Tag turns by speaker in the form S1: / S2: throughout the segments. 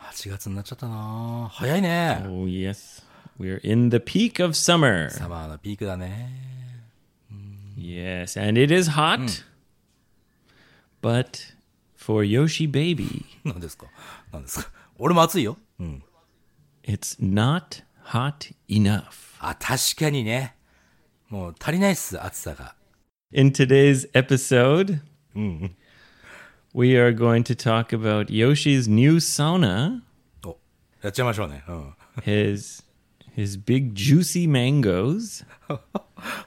S1: 8月になっちゃったな早いね
S2: Oh, yes. We're in the peak of summer.
S1: サマーのピークだね
S2: Yes, and it is hot. But for Yoshi Baby,
S1: 何ですか何ですか 俺も暑いよ、うん、
S2: it's not hot enough.
S1: あ確かにねもう足りないっす暑さが
S2: In today's episode, we are going to talk about Yoshi's new sauna,
S1: おやっちゃいましょうねうん
S2: his his big juicy mangoes.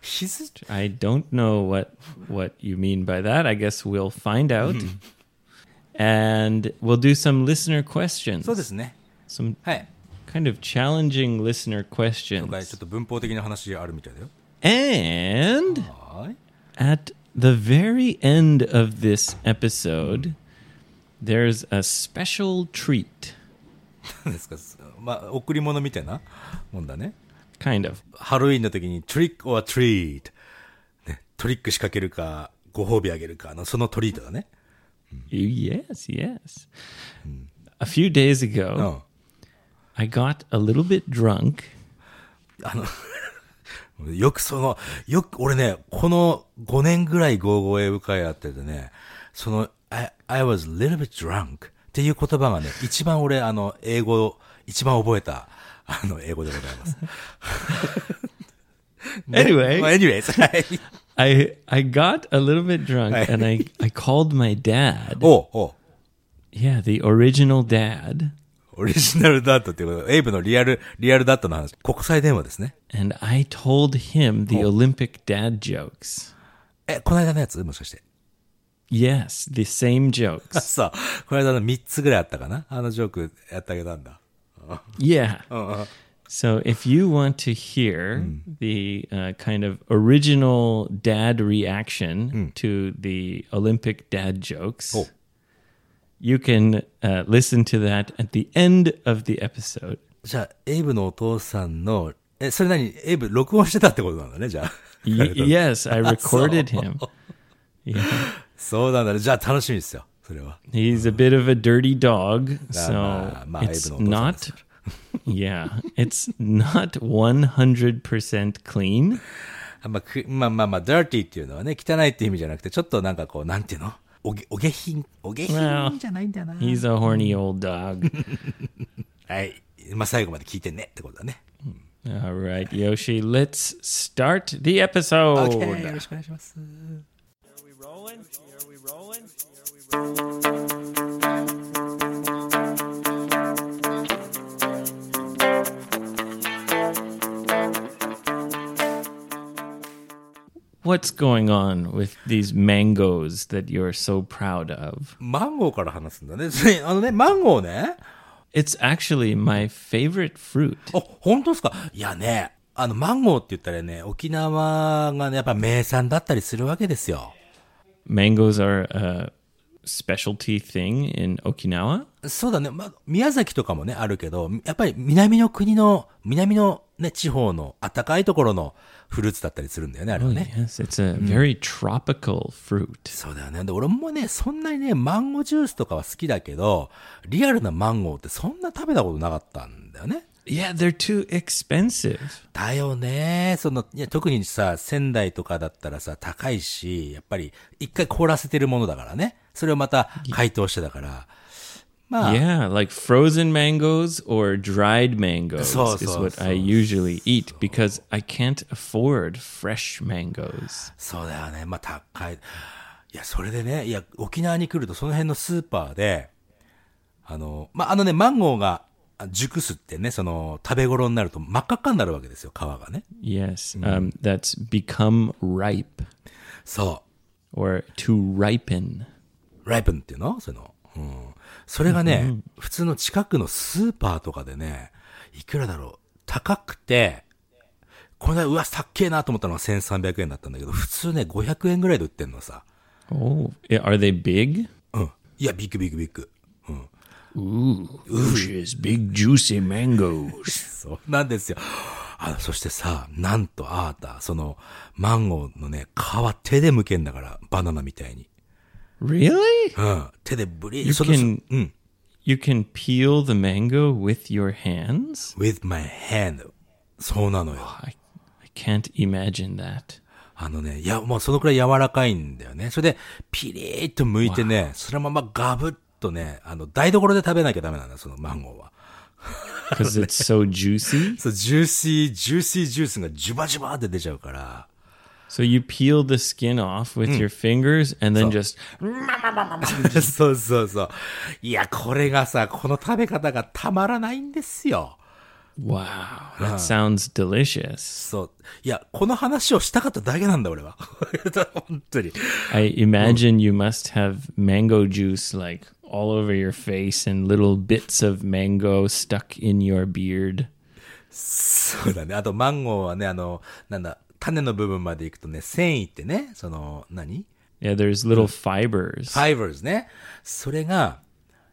S1: He's-
S2: I don't know what what you mean by that. I guess we'll find out. and we'll do some listener questions.
S1: そうですね
S2: Some
S1: はい。
S2: kind of challenging
S1: 今
S2: listener
S1: 回ちょ
S2: questions.
S1: っと文法的な話あるみたいだよ。
S2: And
S1: はい。
S2: at the very end of this episode, there's a special treat,
S1: 何ですかまあ、贈り物みたいなもんだね。
S2: kind of.
S1: ハロウィンの時にトリック or トリート。ね、トリック仕掛けるか、ご褒美あげるかの、そのトリートだね。
S2: Yes, yes. A few days
S1: うん。
S2: ago,
S1: あ
S2: I got a little bit drunk.
S1: の、 よくその、よく、俺ね、この5年ぐらい55英語会やっててね、その、I, I was a little bit drunk っていう言葉がね、一番俺、あの、英語、一番覚えた、あの、英語でございます。
S2: Anyway,
S1: まあ anyways、はい。
S2: I I got a little bit drunk
S1: Hey.
S2: and I I called my dad.
S1: おうおう
S2: Yeah, the original dad.
S1: オリジナルダットっていうことエイブのリアル、リアルダットの話。国際電話ですね。
S2: And I told him the Olympic dad jokes.
S1: え、この間のやつもしかして。
S2: Yes, the same jokes.
S1: さあ、この間の3つぐらいあったかなあのジョークやってあげたんだ。
S2: yeah.
S1: うんうん。
S2: So if you want to hear the uh, kind of original dad reaction to the Olympic dad jokes,
S1: Oh.
S2: you can uh, listen to that at the end of the episode.
S1: じゃあ、エイブのお父さんの、え、それ何エイブ録音してたってことなんだね、 じゃあ。
S2: Y- yes, I recorded him. Yeah.
S1: そうなんだね。じゃあ楽しみですよ。それは。
S2: He's a bit of a dirty dog, so
S1: nah, my
S2: it's
S1: Ibn
S2: not. yeah, it's not one hundred percent clean.
S1: あまあ、くまあまあまあ、ダーティーっていうのはね、汚いって意味じゃなくて、ちょっとなんかこう、なんていうのおげ、お下品、お下品じゃないんだよな。
S2: He's a horny old dog.
S1: はい。まあ最後まで聞いてねってことだね。
S2: All right, Yoshi, let's start the episode.
S1: よろしくお願いします。
S2: What's going on with these mangoes that you're so proud of?
S1: マンゴーから話すんだね。そ れあのね、マンゴーね。
S2: It's actually my favorite fruit.
S1: あ、本当ですかいやね、あの、マンゴーって言ったらね、沖縄がね、やっぱ名産だったりするわけですよ。
S2: Mangoes are a specialty thing in Okinawa.
S1: そうだね、まあ、宮崎とかもね、あるけど、やっぱり南の国の、南のね、地方の暖かいところのフルーツだったりするんだよね、あれは
S2: Oh,
S1: ね。
S2: yes, it's a very tropical fruit.
S1: そうだよね。で、俺もね、そんなにね、マンゴージュースとかは好きだけど、リアルなマンゴーってそんな食べたことなかったんだよね。
S2: Yeah, they're too expensive.
S1: だよね。その、いや、特にさ、仙台とかだったらさ、高いし、やっぱり、一回凍らせてるものだからね。それをまた解凍してだから。まあ、
S2: Yeah, like frozen mangoes or dried mangoes
S1: So,
S2: is
S1: so,
S2: what I
S1: so,
S2: usually eat because I can't afford fresh mangoes.
S1: そうだよね。まあ、高い。いや、それでね、いや、沖縄に来るとその辺のスーパーで、あの、まあ、あのね、マンゴーがあ熟すってね、その、食べ頃になると真っ赤っかになるわけですよ、皮がね。
S2: Yes, um, that's become ripe
S1: そ
S2: or to ripen.
S1: う。ライプンっていうのその。うん。それがね、普通の近くのスーパーとかでね、いくらだろう。高くて、これだ、うわ、さっけえなと思ったのが1300円だったんだけど、普通ね、500円ぐらいで売ってんのさ。
S2: Oh, yeah, are they big?
S1: うん。いや、ビッグビッグビッグ。うん。
S2: Ooh, ooshes, big juicy mangoes.
S1: そうなんですよ。あの、そしてさ、なんとあーた、その、マンゴーのね、皮手で剥けんだから、バナナみたいに。
S2: really?
S1: うん。手でブリー
S2: You
S1: その
S2: can
S1: うん。
S2: You can peel the mango with your hands?
S1: with my hand. そうなのよ。
S2: I, I can't imagine that.
S1: あのね、いや、もうそのくらい柔らかいんだよね。それで、ピリーっと剥いてね、そのままガブッとね、あの、台所で食べなきゃダメなんだ、そのマンゴーは。
S2: Because it's so juicy.
S1: そう、ジューシー、ジューシージュースがジュバジュバーって出ちゃうから。
S2: So you peel the skin off with your fingers and then just
S1: そうそうそう。いや、これがさ、この食べ方がたまらないんですよ。
S2: wow, that sounds delicious.
S1: そう。いや、この話をしたかっただけなんだ、俺は。 本当に。
S2: I imagine you must have mango juice like all over your face and little bits of mango stuck in your beard.
S1: そうだね。あと、マンゴーはね、あの、なんだ、種の部分まで行くとね、繊維ってね、その、何
S2: Yeah, there's little fibers.
S1: ファイバーズね。それが、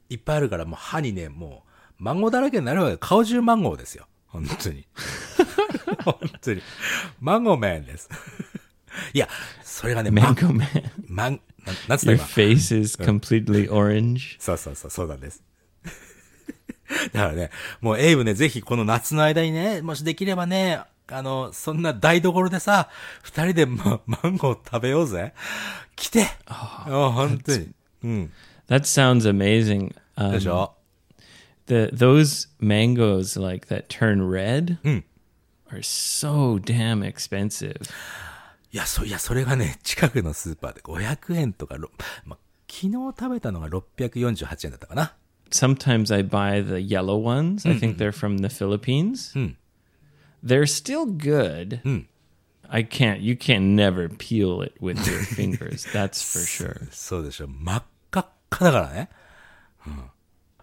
S1: いっぱいあるから、もう歯にね、もう、マンゴーだらけになるわけ。顔中マンゴーですよ。本当に。 本当に。マンゴーメンです。いや、それがね、マン、
S2: Mango man.
S1: マン、ななんつった
S2: Your
S1: 今。
S2: face is completely orange.
S1: そうそうそう、そうなんです。 だからね、もうエイブね、ぜひこの夏の間にね、もしできればね、あの、そんな台所でさ、二人で、ま、マンゴー食べようぜ。来て、うん本当に。うん。
S2: That sounds amazing.
S1: で
S2: Um,
S1: しょ、
S2: the those mangoes like that turn red are so damn expensive.
S1: いや、そ、いや、それがね、近くのスーパーで500円とか、ろま、昨日食べたのが648円だったかな。
S2: Sometimes I buy the yellow ones. I think they're from the Philippines. They're still good. I can't. You can never peel it with your fingers. That's for sure.
S1: そうでしょ。真っ赤っかだからね。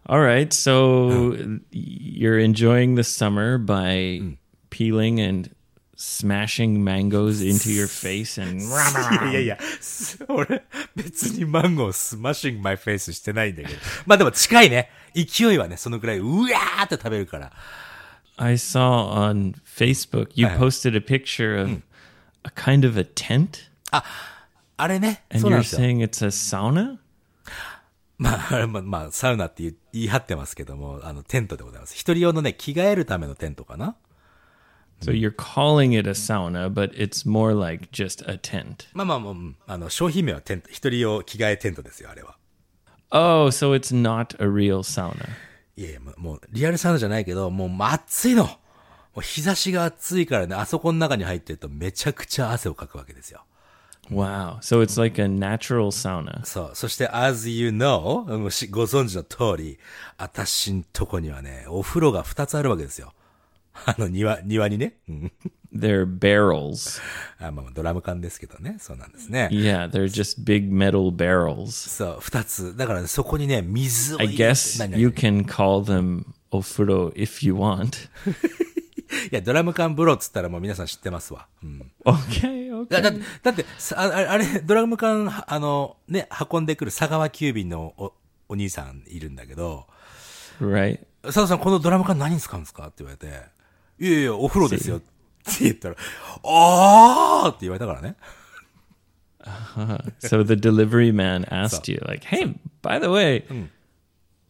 S2: All right. So you're enjoying the summer by peeling and smashing mangoes into your face and
S1: いやいや、す俺、別にマンゴースマッシングマイフェイスしてないんだけど。まあでも近いね。勢いはね、そのくらい、うわーって食べるから。
S2: I saw on Facebook you posted a picture of a kind of a tent,
S1: あれね、
S2: and
S1: そうなん
S2: you're
S1: ですよ。
S2: saying it's a sauna.
S1: まあ、あれ まあ、まあ、サウナって言い言い張ってますけども、あの、テントでございます。一人用のね、着替えるためのテントかな。
S2: So you're calling it a sauna, but it's more like just a tent.
S1: まあまあ、もううん、あの、商品名はテント、一人用着替えテントですよ、あれは。
S2: Oh, so it's not a real sauna.
S1: いやいや、もうもう、リアルサウナじゃないけど、もう、もう暑いの。もう日差しが暑いからね、あそこの中に入ってるとめちゃくちゃ汗をかくわけですよ。
S2: Wow. So it's like a natural sauna.
S1: そう。そして、as you know, もうしご存知の通り、私んとこにはね、お風呂が2つあるわけですよ。 あの、庭、庭にね。うん。
S2: They're barrels.
S1: あまあ、ドラム缶ですけどね。そうなんですね。
S2: Yeah, they're just big metal barrels.
S1: そう、2つ。だから、ね、そこにね、水を
S2: I
S1: 入れて。
S2: guess
S1: 何々
S2: you can call them ofuro if you want.
S1: いや、ドラム缶風呂っつったらもう皆さん知ってますわ。うん。
S2: Okay, okay.
S1: だだって、だってさあああれ、ドラム缶、はあの、ね、運んでくる佐川急便のおお兄さんいるんだけど、
S2: Right.
S1: 佐藤さん、このドラム缶何に使うんですかって言われて、いやいや、お風呂ですよ。って言ったら、あーって言われたからね。
S2: So the delivery man asked you, like, hey, by the way,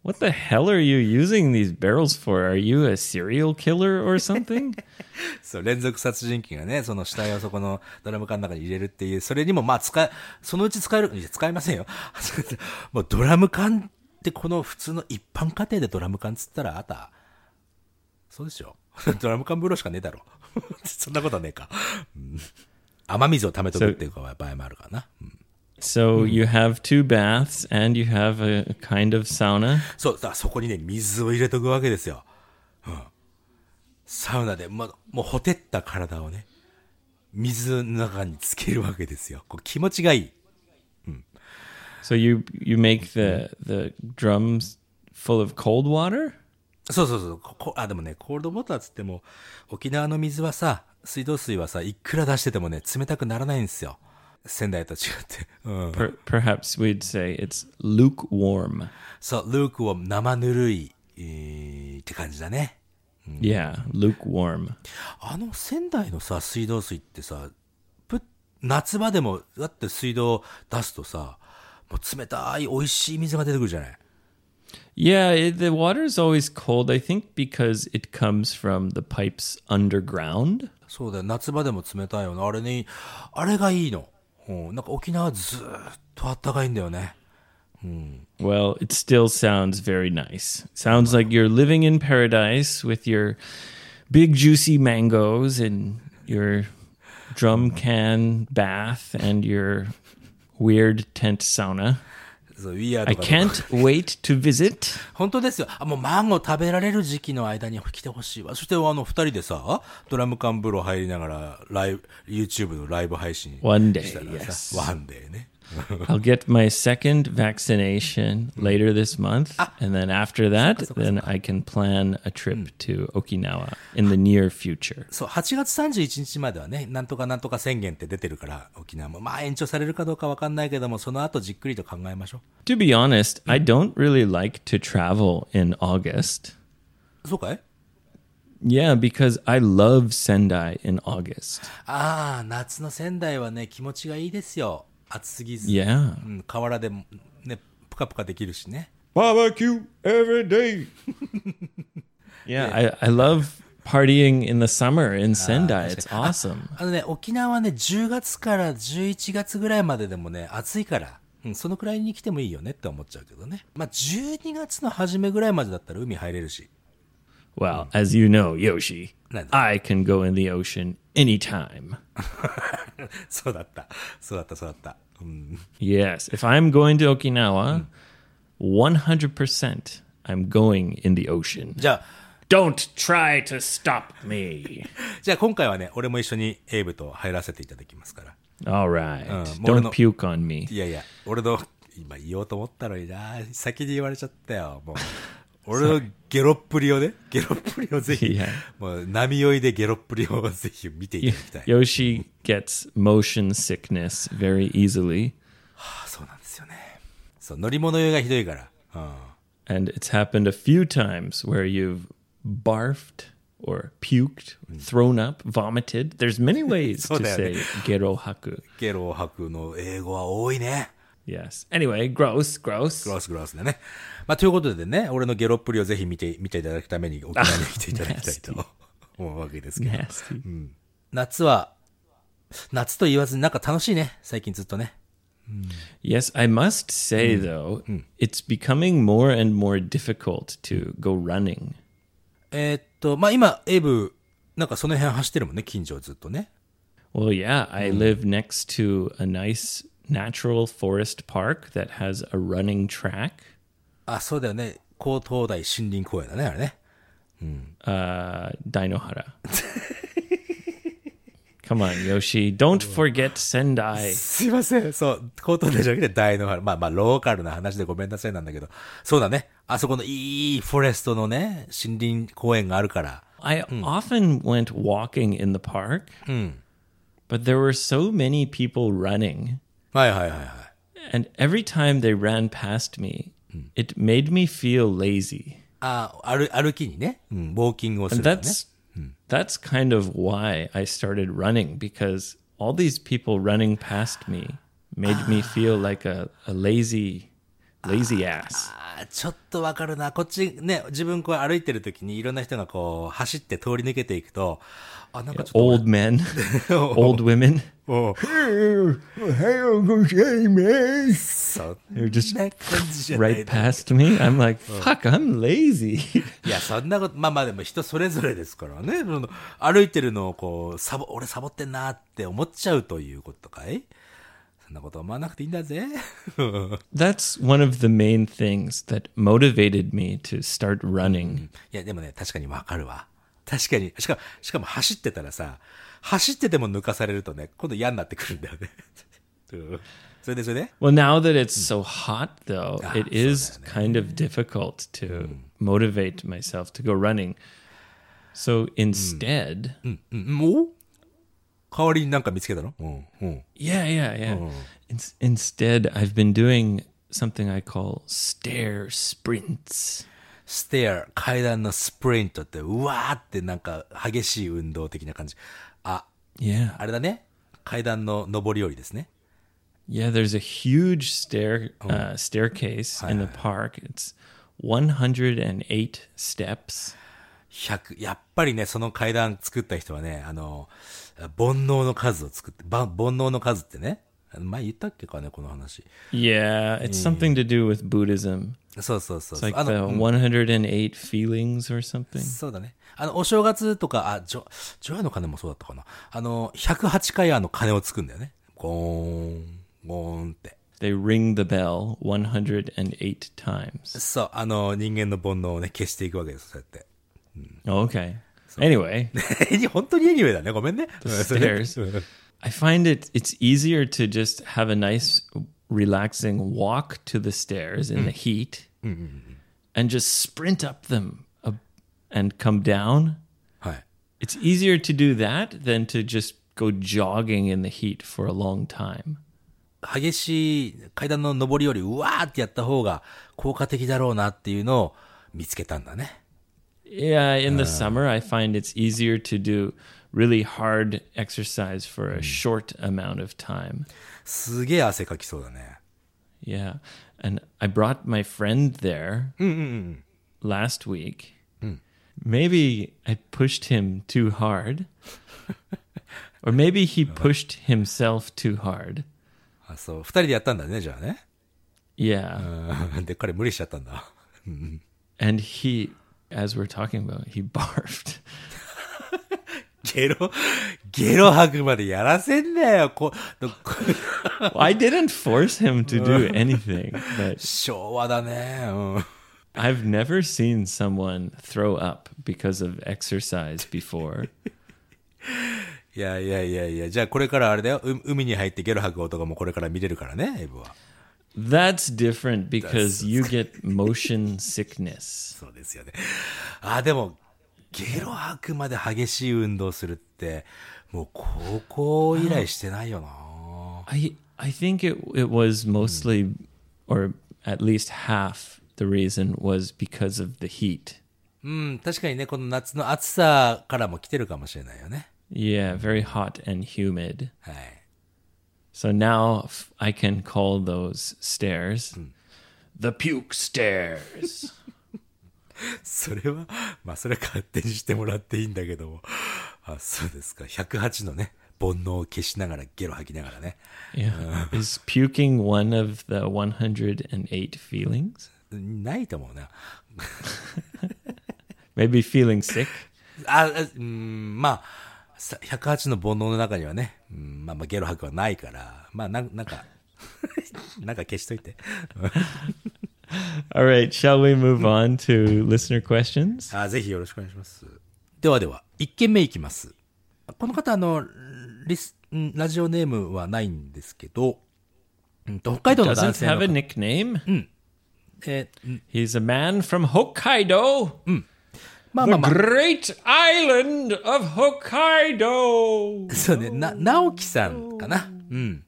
S2: what the hell are you using these barrels for? Are you a serial killer or something?
S1: そう、連続殺人鬼がね、その死体をそこのドラム缶の中に入れるっていう、それにもまあ使え、そのうち使える、いや、使いませんよ。 もうドラム缶ってこの普通の一般家庭でドラム缶っつったら、あた、そうでしょ。 ドラム缶風呂しかねえだろ。 そんなことはねえか。うん雨水を溜めとくっていうかは場合もあるからな。
S2: so you have two baths and you have a kind of sauna.
S1: そう、だからそこにね、水を入れとくわけですよ。うん。サウナで、ま、もうほてった体をね、水の中につけるわけですよ。こう気持ちがいい。
S2: So you you make the the drums full of cold water?
S1: そうそうそう。ここあ、でもね、コールドボターつっても、沖縄の水はさ、水道水はさ、いくら出しててもね、冷たくならないんですよ。仙台と違って。うん。
S2: Per, perhaps we'd say it's lukewarm.
S1: そう、ルークを生ぬるい、えーって感じだね。
S2: Yeah, lukewarm.
S1: あの仙台のさ、水道水ってさ、ぷ夏場でも、だって水道出すとさ、もう冷たい美味しい水が出てくるじゃない。
S2: Yeah, it, the water is always cold. I think because it comes from the pipes underground.
S1: そうだよ。夏場でも冷たいよね。あれね、あれがいいの。うん、なんか沖縄はずーっとあったかいんだよね。
S2: Well, it still sounds very nice. Sounds like you're living in paradise with your big juicy mangoes and your drum can bath and your weird tent sauna.
S1: そう、ウィアー
S2: I
S1: とかでも。
S2: can't wait to visit.
S1: 本当ですよ。あ、もうマンゴー食べられる時期の間に来てほしいわ。そしてあの、二人でさ、ドラム缶風呂入りながら、ライブ、YouTube のライブ配信
S2: One day,
S1: したらさ、
S2: yes.
S1: ワンデーね。
S2: I'll get my second vaccination later this month, and then after that, then I can plan a trip to Okinawa in the near future.
S1: そう、8月31日まではね、なんとかなんとか宣言って出てるから、沖縄も。まあ延長されるかどうかわかんないけども、その後じっくりと考えましょ
S2: To be honest, I don't really like to travel in August.
S1: う。そうかい
S2: Yeah, because I love Sendai in August.
S1: ああ、夏の仙台はね、気持ちがいいですよ。暑すぎず。
S2: Yeah.
S1: うん、河原でもね、ぷかぷかできるしね。
S2: Barbecue every day. yeah, I, I love partying in the summer in Sendai. It's awesome.
S1: あのね、沖縄はね、10月から11月ぐらいまででもね、暑いから、うん、そのくらいに来てもいいよねって思っちゃうけどね。まあ、12月の初めぐらいまでだったら海入れるし。
S2: Well, as you know, Yoshi,
S1: None.
S2: I can go in the ocean anytime.
S1: そうだった。そうだった、そうだった。うん。
S2: Yes, if I'm going to Okinawa, 100% I'm going in the ocean.
S1: じゃあ、
S2: Don't try to stop me.
S1: じゃあ今回はね、俺も一緒にエイブと入らせていただきますから。
S2: All right.
S1: more
S2: Don't
S1: no-
S2: puke on me.
S1: いやいや、俺の、今言おうと思ったのにな、先に言われちゃったよ、もう。俺のゲロっぷりを ね、ゲロっぷりをぜひ
S2: いや、
S1: もう波酔いでゲロっぷりをぜひ見ていただきたい。
S2: Yoshi gets motion sickness very easily,
S1: あそうなんですよね。そう、乗り物酔いがひどいから。うん。
S2: and it's happened a few times where you've barfed or puked, thrown up, vomited. There's many ways
S1: So
S2: to
S1: that-
S2: say gerohaku.
S1: ゲロを吐くの英語は多いね。
S2: Yes. Anyway, gross, gross.
S1: グロスグロスでね。まあ、ということでね、俺のゲロっぷりをぜひ見て、見ていただくために沖縄に来ていただ きたいと思うわけですけど。
S2: Nasty.
S1: Mm. 夏は、夏と言わずになんか楽しいね。最近ずっとね。
S2: Yes, I must say
S1: Mm.
S2: though, it's becoming more and more difficult to go running.
S1: えーっと、まあ、今、エイブ、なんかその辺走ってるもんね、近所をずっとね。
S2: Well, yeah, I
S1: Mm.
S2: live next to a nice natural forest park that has a running track.
S1: あ、そうだよね。高東大森林公園だね、あれね。
S2: Uh, Dainohara. Come on, Yoshi. Don't forget Sendai.
S1: すいません。そう、高等大じゃなくて大の原。まあまあ、ローカルな話でごめんなさいなんだけど。そうだね。あそこのいいフォレストのね、森林公園があるから。
S2: I often went walking in the park, but there were so many people running.
S1: はいはいはいはい。
S2: And every time they ran past me, it made me feel lazy.
S1: あ、歩、歩きにね。うん、ウォーキングをするからね。
S2: That's that's kind of why I started running because all these people running past me made me feel like a, a lazy lazy ass.
S1: あちょっとわかるな。こっちね、自分こう歩いてる時にいろんな人がこう、走って通り抜けていくと、あ、なんかちょっと
S2: Old men, old women.
S1: そん
S2: They're just
S1: な感じじゃない
S2: right past me. I'm like, fuck, I'm lazy.
S1: いや、そんなこと、まあまあでも人それぞれですからね。その歩いてるのをこう、サボ、俺サボってんなって思っちゃうということかいそんなこと思わなくていいんだぜ。
S2: That's one of the main things that motivated me to start running.
S1: いや、でもね、確かにわかるわ。確かに。しかも、しかも走ってたらさ、走ってても抜かされるとね、今度嫌になってくるんだよね。 うんそれでそれで
S2: Well, now that it's so hot, though, it is kind of difficult to motivate myself to go running. So instead,
S1: うん、もう代わりになんか見つけたのうん、うん。
S2: yeah, yeah, yeah. Ins- instead, I've been doing something I call stair sprints.
S1: ステア、階段のスプリントって、うわーってなんか激しい運動的な感じ。あ、
S2: Yeah.
S1: あれだね。階段の上り下りですね。
S2: Yeah, there's a huge stair uh, staircase in the park. It's 108 steps.
S1: 100やっぱりね、その階段作った人はね、あの、煩悩の数を作って、ば煩悩の数ってね、前言ったっけかね、この話。
S2: Yeah, it's something to do with Buddhism.
S1: そうそうそう
S2: It's
S1: そう
S2: like
S1: あ
S2: the
S1: の、うん
S2: 108 feelings or something.
S1: そうだね。あの、お正月とか、あ、ジョ、ジョヤの鐘もそうだったかな。あの、108回あの鐘をつくんだよね。ゴーン、ゴーンって。
S2: They ring the bell 108 times.
S1: そう、あの、人間の煩悩をね、消していくわけです、そうやって。
S2: Oh, okay. Anyway,
S1: 本当にエニウェイだね。ごめんね。う
S2: stairs.
S1: んそれね
S2: I find it it's easier to just have a nice relaxing walk to the stairs in the heat and just sprint up them uh, and come down.
S1: はい。
S2: It's easier to do that than to just go jogging in the heat for a long time.
S1: 激しい階段の上りより、うわーってやった方が効果的だろうなっていうのを見つけたんだね。
S2: Yeah, in the summer I find it's easier to do really hard exercise for a short amount of time.
S1: すげえ汗かきそうだね。
S2: Yeah. And I brought my friend there last week. Maybe I pushed him too hard. or maybe he pushed himself too hard.
S1: あ、そう。二人でやったんだね、じゃあね。
S2: Yeah.
S1: Uh. うんで、彼無理しちゃったんだ。
S2: And he, as we're talking about, he barfed.
S1: ゲロ、ゲロ吐くまでやらせんなよ。こ、こ
S2: I didn't force him to do anything, but
S1: 昭和だね。うん。
S2: I've never seen someone throw up because of exercise before.
S1: いやいやいやいや、じゃあこれからあれだよ。う海に入ってゲロ吐く男もこれから見れるからね、エイブは。
S2: That's different because you get motion sickness.
S1: そうですよね。あ、でも、ゲロ吐くまで激しい運動するって、もう高校以来してないよな。
S2: I I think it it was mostly or at least half the reason was because of the heat.
S1: うん、確かにね、この夏の暑さからも来てるかもしれないよね。
S2: Yeah, very hot and humid.
S1: はい。
S2: So now f- I can call those stairs the puke stairs.
S1: それは、まあそれは勝手にしてもらっていいんだけども。あ、そうですか。108のね、煩悩を消しながらゲロ吐きながらね。
S2: yeah. Is puking one of the 108 feelings?
S1: ないと思うな。
S2: Maybe feeling sick?
S1: あ、あうん、まあ、さ108の煩悩の中にはね、うん、まあまあゲロ吐くはないから、まあなんなんか、なんか消しといて。
S2: All right, shall we move on to listener questions?
S1: あぜひよろしくお願いします。ではでは、1件目いきます。この方、あの、リス、んラジオネームはないんですけど、うんと、北海道の男
S2: Doesn't
S1: 性の
S2: have a
S1: 方、
S2: nickname.
S1: えーうん
S2: He's a man from Hokkaido.
S1: まあまあま
S2: great island of Hokkaido.
S1: あ、そうね、な、直樹さんかな。うん。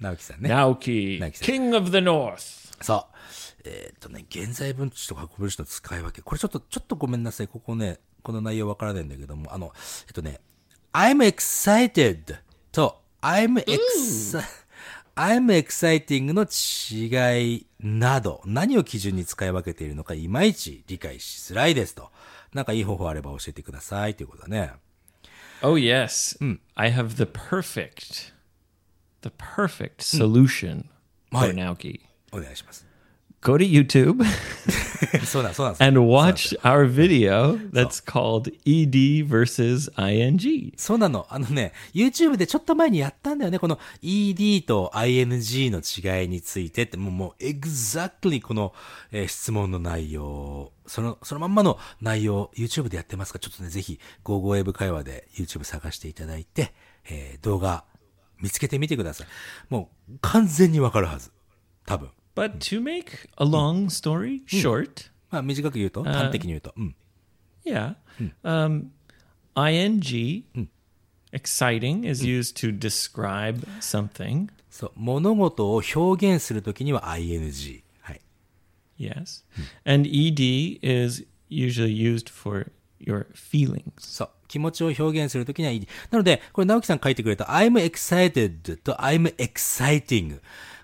S1: 直樹さんね。
S2: Naoki,
S1: Naoki-san.
S2: king of the north.
S1: さあ、えーっとね、現在分詞と過去分詞の使い分け。これちょっと、ちょっとごめんなさい。ここね、この内容わからないんだけども、あの、えっとね、I'm excited と I'm ex, I'm exciting の違いなど、何を基準に使い分けているのか、いまいち理解しづらいですと。なんかいい方法あれば教えてくださいということだね。
S2: Oh, yes. I have the perfect, the perfect solution for
S1: Right.
S2: Naoki.
S1: お願いします。
S2: Go to YouTube
S1: そうなん、そうなんです。
S2: and watch our video that's called ED versus ING.
S1: そうなの。あのね、YouTube でちょっと前にやったんだよね。この ED と ING の違いについてって、もう、もう、exactly この、えー質問の内容、その、そのまんまの内容、YouTube でやってますから、ちょっとね、ぜひ、55英語会話で YouTube 探していただいて、えー動画、見つけてみてください。もう、完全にわかるはず。多分。
S2: But to make a long story short,
S1: まあ、短く言うと、端的に言うと。うん。
S2: Yeah. Um, ing, exciting, is used to describe something.
S1: そう。物事を表現するときには ING。はい。
S2: Yes. And ed is usually used for your feelings.
S1: そう。気持ちを表現するときにはいい。なので、これ直樹さん書いてくれた I'm excited と I'm exciting。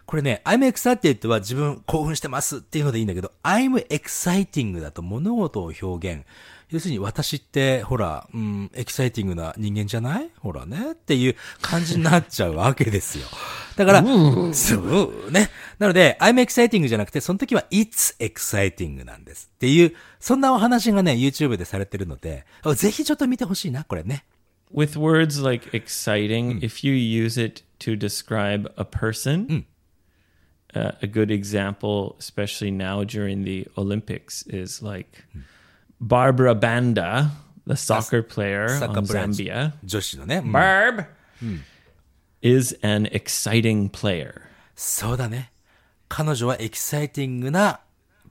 S1: これね、I'm excited は自分興奮してますっていうのでいいんだけど、I'm exciting だと物事を表現。要するに私って、ほら、うん、エキサイティングな人間じゃないほらねっていう感じになっちゃうわけですよ。 だから、そうね。なので、I'm exciting じゃなくて、その時は It's exciting なんですっていう、そんなお話がね、YouTube でされてるので、ぜひちょっと見てほしいな、これね。
S2: With words like exciting, if you use it to describe a person, Uh, a good example, especially now during the Olympics, is like Barbara Banda, the soccer player on Zambia.
S1: 女子のね。
S2: Barb is an exciting player.
S1: そうだね。彼女はエキサイティングな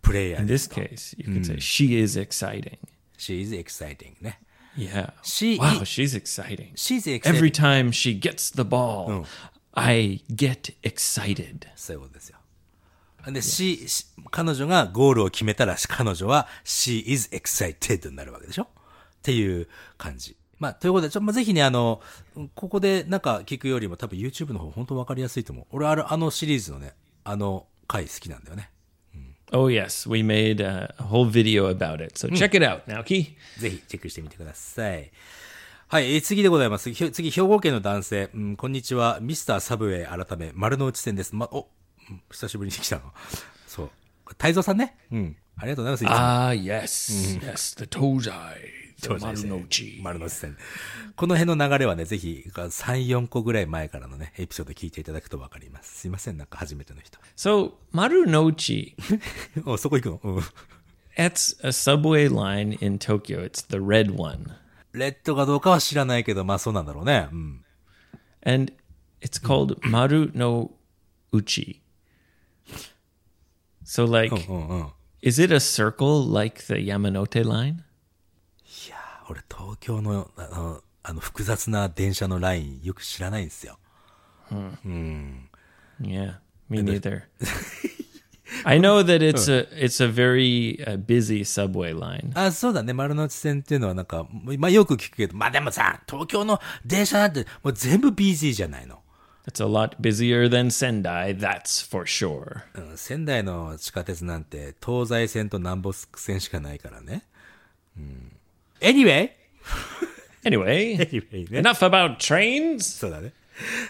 S1: プレイヤー
S2: In this case, Hmm. you could say she is exciting.
S1: She is exciting ね。
S2: Yeah.
S1: She
S2: wow,
S1: is-
S2: she's exciting.
S1: She's exciting.
S2: Every time she gets the ball, I get excited.
S1: そういうことですよ。で、she- she- 彼女がゴールを決めたら、彼女は she is excited になるわけでしょっていう感じ。まあ、ということで、ちょ、まあ、ぜひね、あの、ここでなんか聞くよりも多分 YouTube の方本当わかりやすいと思う。俺、あの、あのシリーズのね、あの回好きなんだよね。
S2: Oh, yes. We made a, a whole video about it. So check it out, Naoki.
S1: ぜひチェックしてみてください。はい、えー次でございます。ひょ次、兵庫県の男性。うん、こんにちは。ミスターサブウェイ改め、丸の内線です。ま、お、うん久しぶりに来たの。そう。太蔵さんね。うん。ありがとうございますいつも。
S2: Ah, yes. Yes, the Tozai, the
S1: 東西線
S2: Marunouchi.
S1: 丸の内線。この辺の流れはね、ぜひ、3、4個ぐらい前からのね、エピソード聞いていただくとわかります。すいません、なんか初めての人。
S2: So, Marunouchi,
S1: お、そこ行くのうん。
S2: that's a subway line in Tokyo. It's the red one.
S1: レッドかどうかは知らないけど、まあそうなんだろうね。うん。
S2: And it's called Marunouchi. So, like,
S1: うんうん。
S2: is it a circle like the Yamanote line?
S1: 俺、東京の、あの、あの複雑な電車のライン、よく知らないんですよ。
S2: Yeah, me neither. I know that it's a it's a very uh, busy subway line.
S1: あ、そうだね。丸の内線っていうのはなんか、まあよく聞くけど、まあでもさ、東京の電車なんて、もう全部 BG じゃないの。
S2: It's a lot busier than Sendai, that's for sure.
S1: うん、仙台の地下鉄なんて、東西線と南北線しかないからね。うん。Anyway!
S2: Anyway,
S1: Anyway ね。
S2: enough about trains.
S1: そうだね。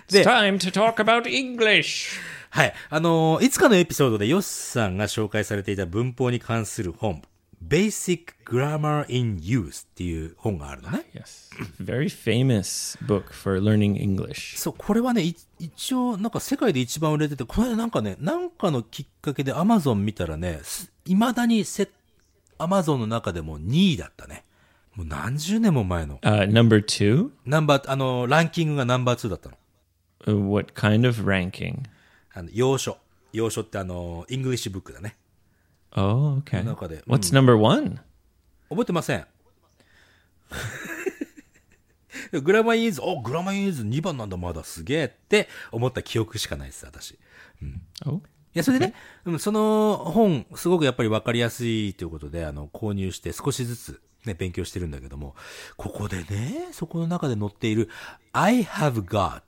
S2: It's time to talk about English.
S1: はい。あのーいつかのエピソードでヨッさんが紹介されていた文法に関する本、Basic Grammar in Use っていう本があるのね。
S2: Yes, very famous book for learning English.
S1: そう、これはね、い一応、なんか世界で一番売れてて、この間なんかね、なんかのきっかけで Amazon 見たらね、いまだにせ、Amazon の中でも2位だったね。もう何十年も前の。
S2: Uh, number two,
S1: ナンバー、あの、ランキングがナンバー2だったの。
S2: uh, what kind of ranking?
S1: あの、洋書。洋書ってあの、イングリッシュブックだね。
S2: Oh, okay.
S1: 中で、
S2: What's number one?
S1: 覚えてません。 グラマーインズ、お、グラマーインズ2番なんだ、まだすげえって思った記憶しかないです、私。
S2: Oh,
S1: いや、それでね、うんその本、すごくやっぱり分かりやすいということで、あの、購入して少しずつ、ね、勉強してるんだけども、ここでね、そこの中で載っている、I have got、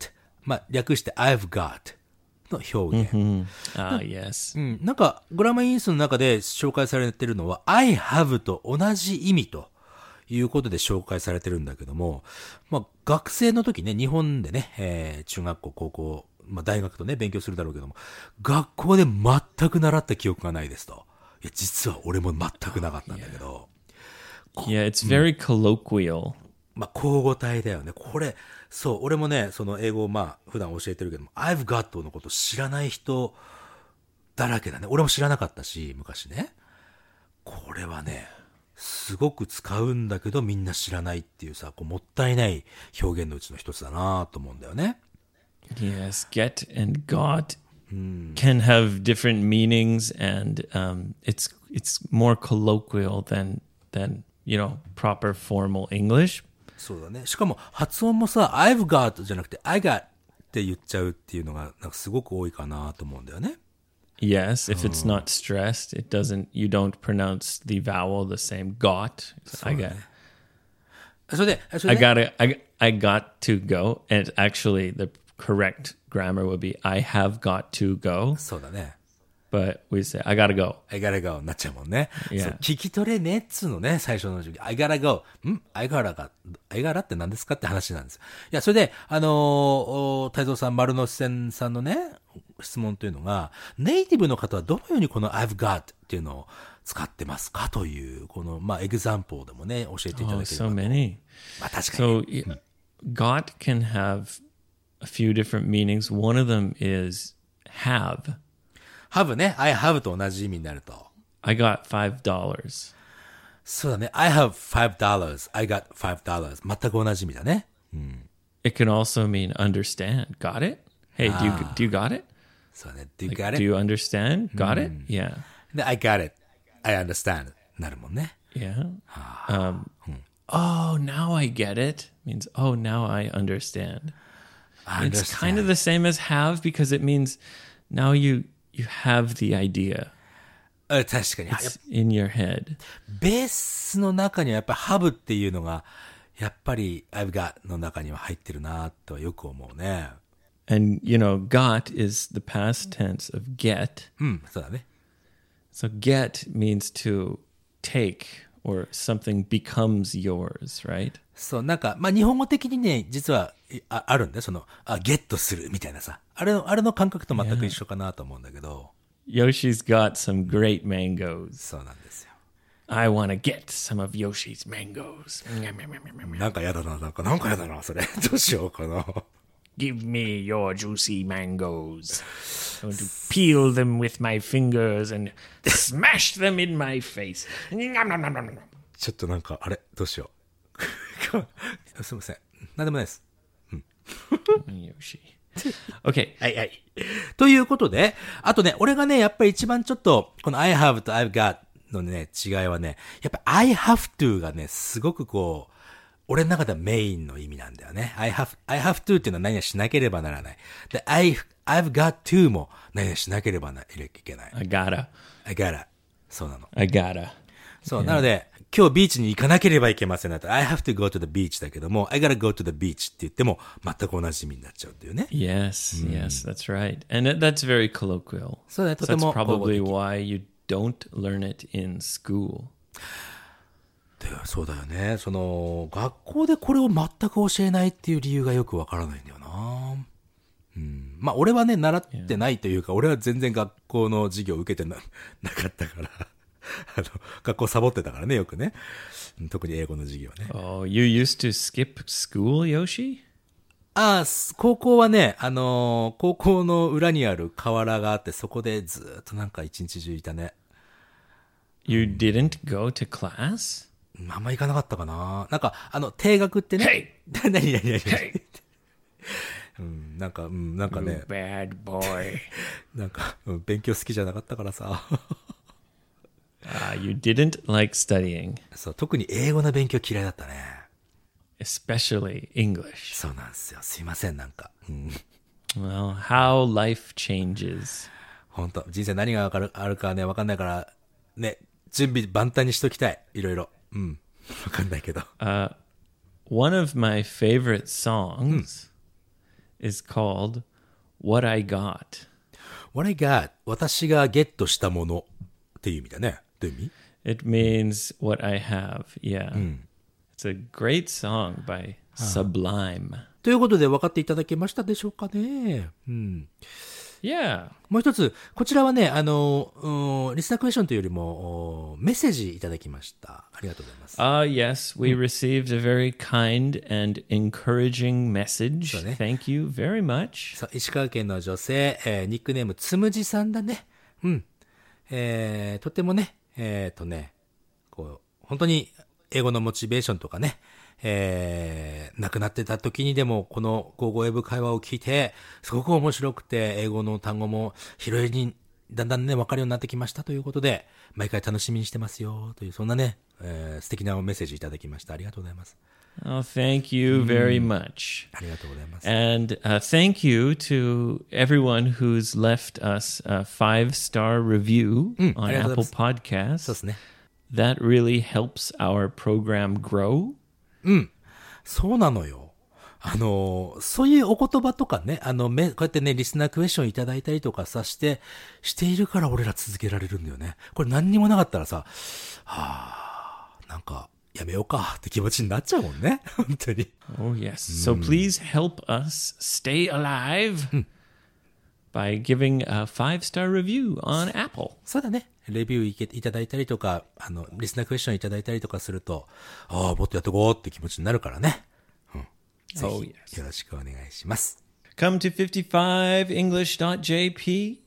S1: まあ、略して I've got の表現。
S2: ah, yes.
S1: うんなんか、グラマーインスの中で紹介されてるのは、I have と同じ意味ということで紹介されてるんだけども、まあ、学生の時ね、日本でね、えー中学校、高校、まあ、大学とね、勉強するだろうけども、学校で全く習った記憶がないですと。いや、実は俺も全くなかったんだけど、
S2: Yeah, it's very colloquial.
S1: まあ、交互体だよね。これ、そう、俺もね、その英語をまあ、普段教えてるけども、I've got のこと知らない人だらけだね。俺も知らなかったし、昔ね。これはね、すごく使うんだけど、みんな知らないっていうさ、こうもったいない表現のうちの一つだなと思うんだよね。
S2: Yes, get and got can have different meanings, and um, it's it's more colloquial than than you know proper formal English.
S1: そうだね。しかも、発音もさ、I've got じゃなくて、I got って言っちゃうっていうのが、なんかすごく多いかなと思うんだよね。
S2: Yes, if it's not stressed, it doesn't. You don't pronounce the vowel the same. Got. It's I got.
S1: それで、それでね
S2: I got. I I got to go. And actually, the correct grammar would be I have got to go,
S1: そうだね。
S2: but we say I gotta go.
S1: I gotta go になっちゃうもんね。
S2: Yeah.
S1: そう聞き取れねえっつうのね、最初の時。I gotta go. ん ?I gotta go. I gotta って何ですかって話なんですよ。いや、それで、あのーお太蔵さん、丸の内線さんのね、質問というのが、ネイティブの方はどのようにこの I've got っていうのを使ってますかという、この、まあ、エグザンポーでもね、教えていた
S2: Oh,
S1: だければ。
S2: so many.
S1: まあ、確かに。
S2: So y-
S1: Hmm.
S2: got can have a few different meanings. One of them is have.
S1: have ね、I have と同じ意味になると。
S2: I got five dollars.
S1: そうだね。I have five dollars. I got five dollars. 全く同じ意味だね。
S2: It can also mean understand. Got it? Hey, do you do you got it?
S1: そうだね。Do you Ah. got it? Hmm.
S2: Do you understand? Got it? Yeah.
S1: で、I got it. I understand. なるもんね。
S2: Yeah.
S1: Ah.
S2: Um,
S1: Hmm.
S2: oh, now I get it means oh, now I understand.
S1: I
S2: It's kind of the same as have because it means now you you have the idea
S1: うん確かに。やっぱ
S2: in your head.
S1: ベースの中にはやっぱりハブっていうのが、やっぱり I've got の中には入ってるなとはよく思うね。
S2: And you know, got is the past tense of get.
S1: うん、そうだね。
S2: So get means to take or something becomes yours, right?
S1: そう、なんか、まあ、日本語的にね、実はいああるんだよ。その、あ、ゲットするみたいなさ。あれの、あれの感覚と全く一緒かなと思うんだけど、
S2: Yoshi's got some great mangoes.
S1: そうなんですよ。
S2: I want to get some of Yoshi's mangoes.
S1: なんかやだな、なんか、なんかやだな、それ。 どうしようかな。
S3: Give me your juicy mangoes. I want to peel them with my fingers and smash them in my face. Nom, nom, nom, nom, nom.
S1: ちょっとなんか、あれ、どうしよう。 すいません。なんでもないです。
S2: Yoshi. Okay.
S1: はいはい。ということで、あとね、俺がね、やっぱり一番ちょっと、この I have と I've got のね、違いはね、やっぱ I have to がね、すごくこう、俺の中ではメインの意味なんだよね。I have, I have to っていうのは何々しなければならない。で、I, I've got to も何々しなければないけない。
S2: I gotta.
S1: I gotta. そうなの。
S2: I gotta.
S1: そう、なので、今日ビーチに行かなければいけませんだと、I have to go to the beach だけども、I gotta go to the beach って言っても、全く同じ意味になっちゃうっていうね。
S2: Yes, yes, that's right. And that, that's very colloquial.
S1: So that's
S2: that's
S1: more
S2: probably
S1: colloquial.
S2: why you don't learn it in school.
S1: でそうだよね。その、学校でこれを全く教えないっていう理由がよくわからないんだよな。うん。まあ、俺はね、習ってないというか、俺は全然学校の授業を受けてな、なかったから。 あの、学校サボってたからね、よくね。うん特に英語の授業ね。
S2: Oh, you used to skip school, Yoshi?
S1: ああ、す高校はね、あのー高校の裏にある河原があって、そこでずーっとなんか一日中いたね。
S2: You didn't go to class?
S1: うんあんま行かなかったかな。なんか、あの、定額ってね。 何何何何うん、なんか、うん、なんかね、
S3: Bad boy.
S1: なんか、うん勉強好きじゃなかったからさ。
S2: Ah, you didn't like studying,
S1: そう、特に英語の勉強嫌いだったね。
S2: especially English.
S1: そうなんですよ。すいません、なんか。うん。
S2: Well, how life changes.
S1: 本当人生何がわかる、あるかね、わかんないから、ね、準備万端にしときたい。いろいろ。うん。わかんないけど。
S2: One of my favorite songs is called What I Got.
S1: What I got 私がゲットしたものっていう意味だね。どういう意味
S2: It means what I have. Yeah. It's a great song by Sublime.
S1: ということで分かっていただけましたでしょうかね。うん。
S2: Yeah.
S1: もう一つ、こちらはね、あの、うんリスナークエスチョンというよりも、おメッセージいただきました。ありがとうございます。
S2: Ah, yes. We received a very kind and encouraging message.
S1: Sorry.
S2: Thank you very much.
S1: さあ石川県の女性、えーニックネームつむじさんだね。うん。えーとてもね、えーとね、こう、本当に英語のモチベーションとかね、えー、亡くなってた時にでも、このゴーゴーエブ会話を聞いて、すごく面白くて、英語の単語も拾いに、だんだんね、わかるようになってきましたということで、毎回楽しみにしてますよ、という、そんなね、えー素敵なメッセージいただきました。ありがとうございます。
S2: Oh, thank you very much.
S1: ありがとうございます。
S2: And uh, thank you to everyone who's left us a five star review on
S1: arigatou そう
S2: Apple
S1: で
S2: Podcasts.
S1: すね。
S2: That really helps our program grow.
S1: そうなのよ。あの、そういうお言葉とかね、あの、め、こうやってね、リスナークエスチョンいただいたりとかさして、しているから俺ら続けられるんだよね。これ何にもなかったらさ、はあ、なんか、やめようかって気持ちになっちゃうもんね。 本当に。
S2: Oh, yes. So please help us stay alive by giving a five star review on Apple.
S1: そうだね。レビューいけいただいたりとか、あの、リスナークエスチョンいただいたりとかすると、ああ、もっとやってこうって気持ちになるからね。ぜ
S2: Oh,
S1: ひ、よろしくお願いします。
S2: Come to 55english.jp.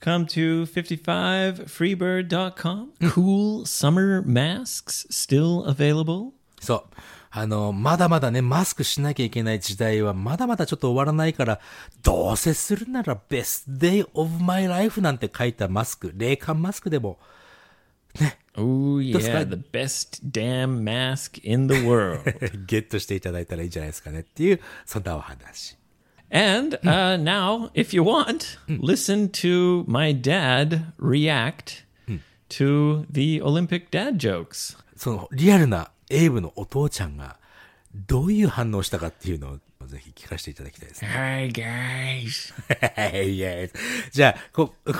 S2: Come to 55freebird.com. Cool summer masks still available.
S1: そう。あの、まだまだね、マスクしなきゃいけない時代は、まだまだちょっと終わらないから、どうせするなら、ベストデイオブマイライフなんて書いたマスク、冷感マスクでも、
S2: Oh, yeah,
S1: that-
S2: the best damn mask in the world.
S1: ゲットしていただいたらいいんじゃないですかねっていう、そんなお話。
S2: and uh, now, if you want, listen to my dad react to the Olympic dad jokes.
S1: その、リアルなエイブのお父ちゃんが、どういう反応したかっていうのを、ぜひ聞かせていただきたいですね。
S3: Hi, guys.
S1: Yes じゃあ、こ、こ、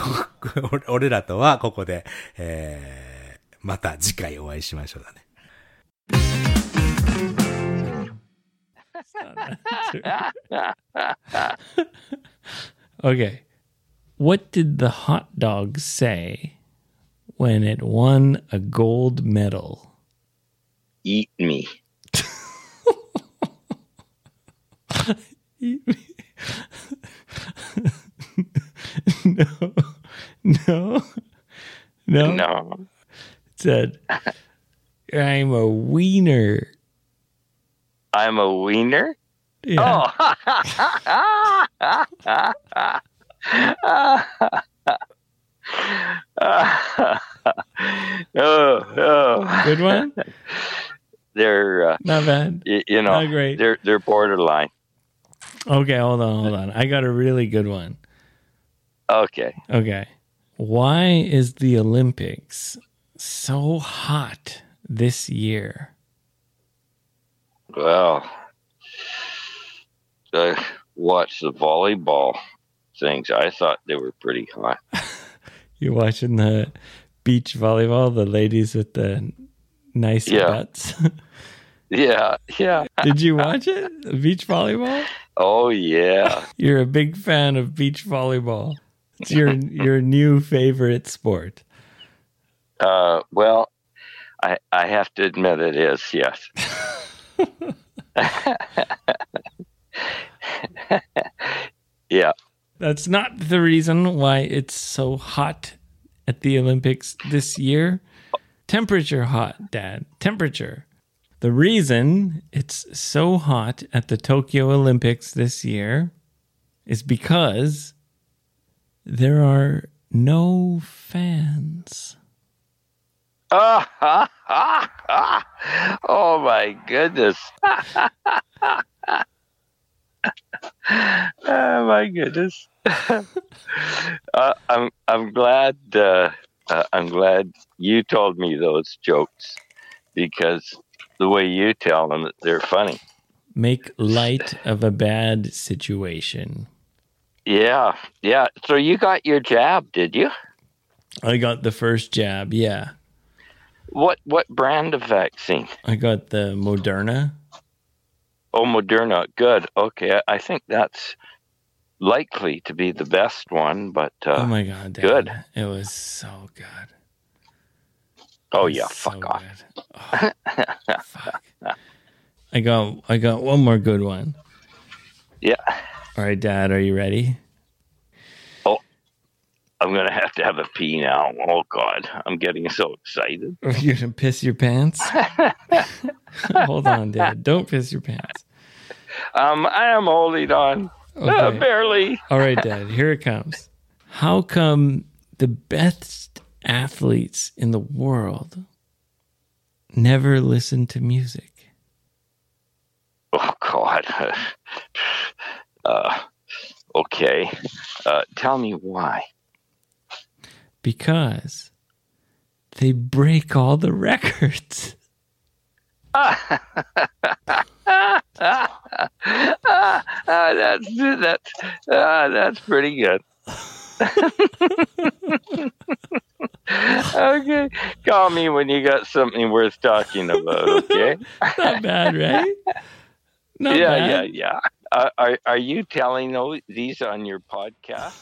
S1: こ俺らとはここで、えー、また次回お会いしましょうだね。
S2: Okay. What did the hot dog say when it won a gold medal?
S4: Eat me.
S2: no. No. No.
S4: No.
S2: It said, I'm a wiener.
S4: I'm a wiener?
S2: Yeah.
S4: oh, oh.
S2: Good one?
S4: They're, uh,
S2: Not bad.
S4: y- you know,
S2: Not great.
S4: they're they're borderline.
S2: Okay, hold on, hold on. I got a really good one.
S4: Okay.
S2: Okay. Why is the Olympics so hot this year?
S4: Well, I watched the volleyball things. I thought they were pretty hot.
S2: You're watching the beach volleyball, the ladies with the nice
S4: Yeah.
S2: butts.
S4: Yeah, yeah.
S2: Did you watch it? Beach volleyball?
S4: Oh, yeah.
S2: You're a big fan of beach volleyball. It's your your new favorite sport.
S4: Uh, well, I I have to admit it is yes. yeah.
S2: That's not the reason why it's so hot at the Olympics this year. Temperature hot, Dad. Temperature. The reason it's so hot at the Tokyo Olympics this year is because there are no fans.
S4: Ah, ah, ah, ah. oh my goodness. oh my goodness. uh, I'm I'm glad uh, uh, I'm glad you told me those jokes because the way you tell them they're funny.
S2: Make light of a bad situation.
S4: Yeah, yeah. So you got your jab, did you?
S2: I got the first jab, yeah.
S4: What what brand of vaccine?
S2: I got the Moderna.
S4: Oh, Moderna. Good. Okay, I think that's likely to be the best one. But uh,
S2: oh my god, Dad.
S4: good.
S2: It was so good.
S4: oh yeah,
S2: So
S4: fuck off.
S2: good. Oh, fuck. I got I got one more good one.
S4: Yeah,
S2: All right, Dad, are you ready?
S4: I'm gonna have to have a pee now. Oh God, I'm getting so excited.
S2: Are you gonna piss your pants? Hold on, Dad. Don't piss your pants.
S4: Um, I am holding on. Uh,
S2: Okay.
S4: barely.
S2: All right, Dad. Here it comes. How come the best athletes in the world never listen to music?
S4: Oh God. uh, okay. Uh, tell me why.
S2: Because they break all the records.
S4: Ah, that's that's uh, that's pretty good. okay, call me when you got something worth talking about. Okay.
S2: Not bad, right? Not
S4: yeah,
S2: bad.
S4: yeah, yeah. Uh, are are you telling all these on your podcast?